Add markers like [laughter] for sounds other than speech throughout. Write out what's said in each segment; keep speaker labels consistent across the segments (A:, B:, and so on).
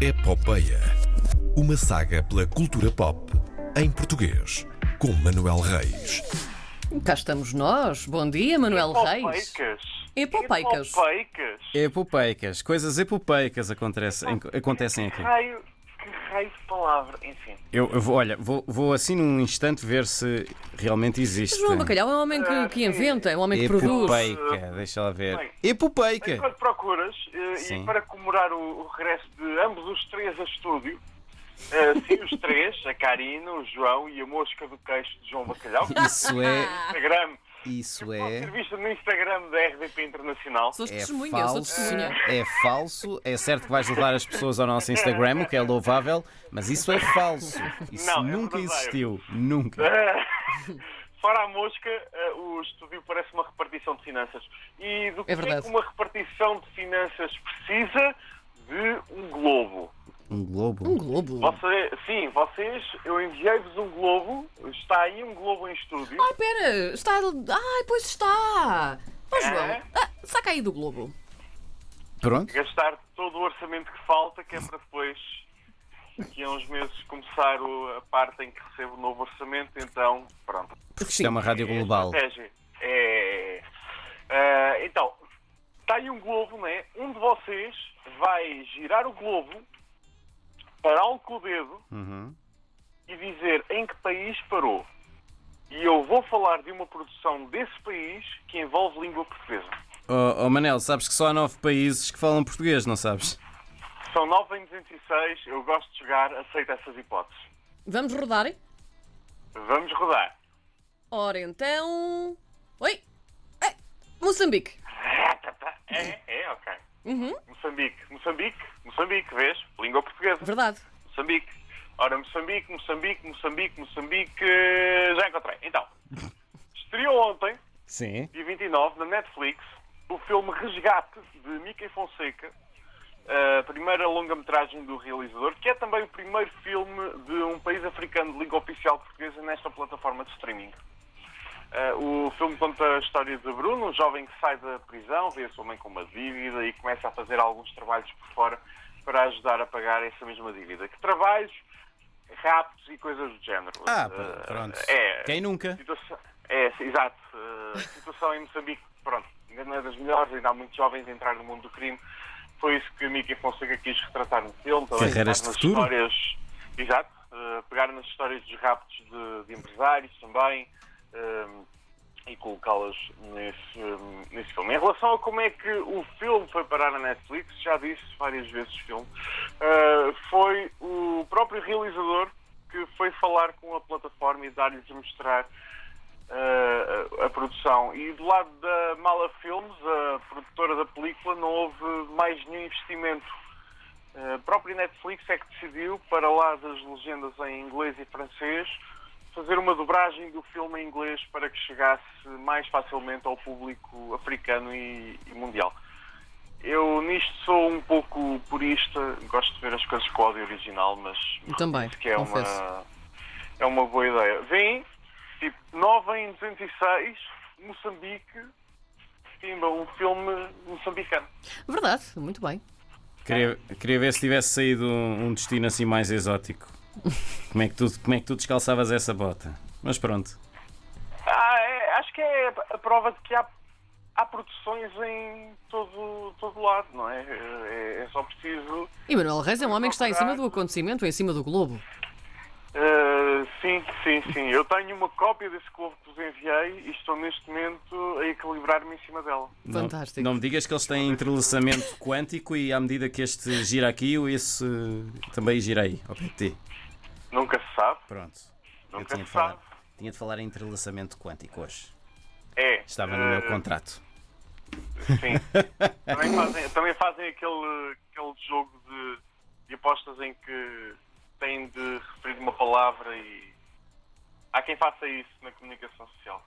A: Epopeia. É Uma saga pela cultura pop em português, com Manuel Reis.
B: Cá estamos nós. Bom dia, Manuel Reis.
C: Epopeicas.
B: Epopeicas.
C: Epopeicas.
D: Epopeicas, coisas epopeicas acontecem, acontecem
C: Que
D: aqui.
C: raio, que raio de palavra. Enfim.
D: Eu, eu vou, olha, vou, vou assim num instante ver se realmente existe.
B: João Bacalhau é um homem que, que inventa, é um homem que produz.
D: Epopeica, deixa lá ver.
C: Bem,
D: Epopeica!
C: Enquanto procuras, eh, e
D: Sim.
C: para comemorar o, o regresso de ambos os três a estúdio, eh, sim,
D: [laughs]
C: os três, a Karina, o João e a mosca do queixo de João Bacalhau, que
B: [laughs]
D: Isso é,
C: Instagram.
D: isso
C: Pode
D: é,
C: ser vista no Instagram da RDP Internacional.
B: Sou
D: é
B: testemunha, eu sou
D: falso,
B: testemunha.
D: é falso. É certo que vais levar as pessoas ao nosso Instagram, o que é louvável, mas isso é falso. Isso
C: Não, é
D: nunca
C: verdadeiro.
D: existiu, nunca.
C: Eh, [laughs] Fora a mosca, eh, o estúdio parece uma repartição de finanças. E do que é que
B: verdade.
C: uma repartição de finanças precisa de um globo?
D: Um
B: Um
D: globo.
B: globo.
C: Você, sim, vocês, eu enviei-vos um globo, está aí um globo em estúdio.
B: Ai, pera, está. Ai, pois está. Ó, João,
C: É?
B: ah, saca aí do globo.
D: Pronto.
C: gastar todo o orçamento que falta, que é para depois, daqui a uns meses, começar o- a parte em que recebo o novo orçamento. Então, pronto.
D: Porque isto é uma rádio
C: É a
D: global.
C: estratégia. É. Ah, então, está aí um globo, né? Um de vocês vai girar o globo, parar com o dedo
D: Uhum.
C: e dizer em que país parou. E eu vou falar de uma produção desse país que envolve língua portuguesa.
D: Oh, oh, Manel, sabes que só há nove países que falam português, não sabes?
C: São 9 em 206, eu gosto de jogar, aceito essas hipóteses.
B: Vamos rodar?
C: Vamos rodar.
B: Ora então. Oi! Ai, Moçambique!
C: É, é, ok. Moçambique, Moçambique, Moçambique, vês? Língua portuguesa.
B: Verdade.
C: Moçambique. Ora, Moçambique, Moçambique, Moçambique, Moçambique. eh, Já encontrei. Então, estreou ontem,
D: Sim.
C: dia 29, na Netflix, o filme Resgate, de Mickey Fonseca, a primeira longa-metragem do realizador, que é também o primeiro filme de um país africano de língua oficial portuguesa nesta plataforma de streaming. Eh, o filme conta a história de Bruno, um jovem que sai da prisão, vê a sua mãe com uma dívida e começa a fazer alguns trabalhos por fora para ajudar a pagar essa mesma dívida. Que trabalhos? Raptos e coisas do género.
D: Ah,
C: Eh,
D: pronto.
C: É,
D: Quem nunca?
C: Situação- É, sim, exato. A situação em Moçambique, pronto, ainda não é das melhores, ainda há muitos jovens a entrar no mundo do crime. Foi isso que o Mickey Fonseca quis retratar no filme. Também
D: Carreiras
C: pegar nas
D: de futuro.
C: Histórias, exato. eh, pegar nas histórias dos raptos de, de empresários também ehm, e colocá-las nesse, ehm, nesse filme. Em relação a como é que o filme foi parar na Netflix, já disse várias vezes o filme, eh, foi o próprio realizador que foi falar com a plataforma e dar-lhes a mostrar eh, a, a produção. E do lado da Mala Filmes, a produtora da película, não houve mais nenhum investimento. Eh, A própria Netflix é que decidiu, para lá das legendas em inglês e francês, fazer uma dobragem do filme em inglês para que chegasse mais facilmente ao público africano e- e mundial. Eu nisto sou um pouco purista, gosto de ver as coisas com áudio original, mas
B: Eu também,
C: reconheço que é uma,
B: confesso.
C: é uma boa ideia. Vem, tipo, 9 em 206, Moçambique, Timba, um filme moçambicano.
B: Verdade, muito bem.
D: Queria, queria ver se tivesse saído um, um destino assim mais exótico. Como é, que tu, como é que tu descalçavas essa bota? Mas pronto.
C: Ah, é, acho que é a prova de que há, há produções em todo, todo lado, não é? É, é só preciso.
B: E Manuel Reis é um homem que está em cima do acontecimento, em cima do globo.
C: Uh, sim, sim, sim. Eu tenho uma cópia desse clube que vos enviei e estou neste momento a equilibrar-me em cima dela.
D: Não-
B: Fantástico.
D: Não, me digas que eles têm entrelaçamento quântico e à medida que este gira aqui, o esse também gira aí. Ao pé de ti.
C: Nunca se sabe.
D: Pronto. Eu
C: Nunca
D: tinha de
C: se
D: falar.
C: sabe.
D: Tinha de falar em entrelaçamento quântico hoje.
C: É.
D: Estava no
C: eh,
D: meu contrato. [laughs]
C: Sim. também fazem, também fazem aquele, aquele jogo de, de apostas em que têm de referir uma palavra e. Há quem faça isso na comunicação social.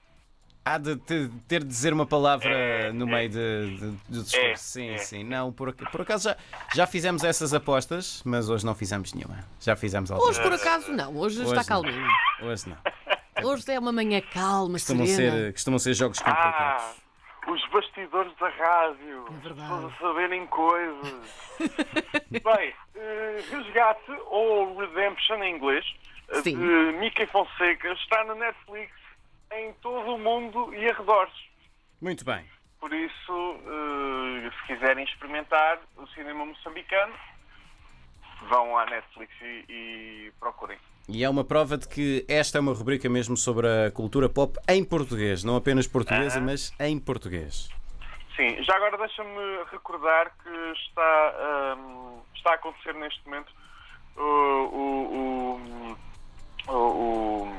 D: Há de te- ter de dizer uma palavra
C: É,
D: no
C: é.
D: meio de, de- do discurso.
C: É,
D: sim,
C: é.
D: sim. Não, por, ac- por acaso já, já fizemos essas apostas, mas hoje não fizemos nenhuma. Já fizemos algumas.
B: Hoje, por acaso, não. Hoje,
D: Hoje
B: está
D: não.
B: calminho.
D: Hoje não.
B: Hoje é uma manhã calma,
D: Costumam
B: serena.
D: ser, costumam ser jogos
C: Ah,
D: complicados.
C: Os bastidores da rádio.
B: É verdade.
C: As pessoas a
B: [laughs]
C: saberem coisas. Bem, eh, Resgate ou Redemption em inglês, eh,
B: Sim.
C: de Mickey Fonseca, está na Netflix em todo o mundo e arredores.
D: Muito bem.
C: Por isso, eh, se quiserem experimentar o cinema moçambicano, vão à Netflix e, e procurem.
D: E é uma prova de que esta é uma rubrica mesmo sobre a cultura pop em português, não apenas
C: Ah.
D: portuguesa, mas em português.
C: Sim, já agora deixa-me recordar que está, ahm, está a acontecer neste momento o. o, o- o- o-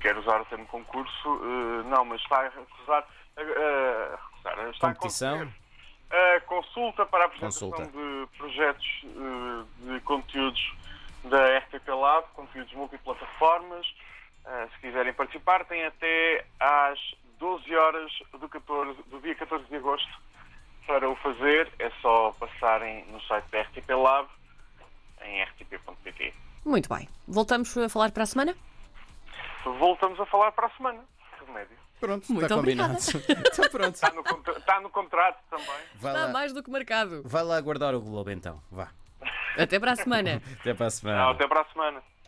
C: quero usar o termo concurso, eh, não, mas está a recusar. a- a- a recusar, está a
D: Competição?
C: acontecer a consulta para a apresentação
D: Consulta.
C: de projetos eh, de conteúdos da RTP Lab, conteúdos multiplataformas. Eh, se quiserem participar, têm até às 12 horas do, 14 do dia 14 de agosto para o fazer. É só passarem no site da RTP Lab em rtp.pt.
B: Muito bem. Voltamos a falar para a semana?
C: Voltamos a falar para a semana. Remédio.
D: Pronto,
B: Muito Tá
D: está combinado. [laughs] Então pronto.
C: Está no, contra- está no contrato também.
D: Vai
B: Está
D: lá,
B: mais do que marcado.
D: vai lá guardar o Globo então. Vá.
B: Até para a semana.
D: Até para a semana.
C: Não, até para a semana.